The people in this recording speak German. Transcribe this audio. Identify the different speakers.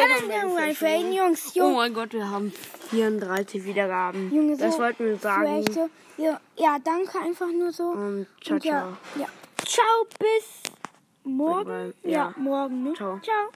Speaker 1: Langweilig, Jungs,
Speaker 2: Oh
Speaker 1: Jungs.
Speaker 2: mein Gott, wir haben 34 Wiedergaben.
Speaker 1: Junge,
Speaker 2: das
Speaker 1: so
Speaker 2: wollten wir sagen.
Speaker 1: Schlechte. Ja, ja, danke einfach nur so.
Speaker 2: Und ciao,
Speaker 1: Und ja,
Speaker 2: ciao.
Speaker 1: ja. Ciao, bis morgen.
Speaker 2: Bye, bye.
Speaker 1: Ja,
Speaker 2: Ja.
Speaker 1: morgen. Ne?
Speaker 2: Ciao.
Speaker 1: ciao.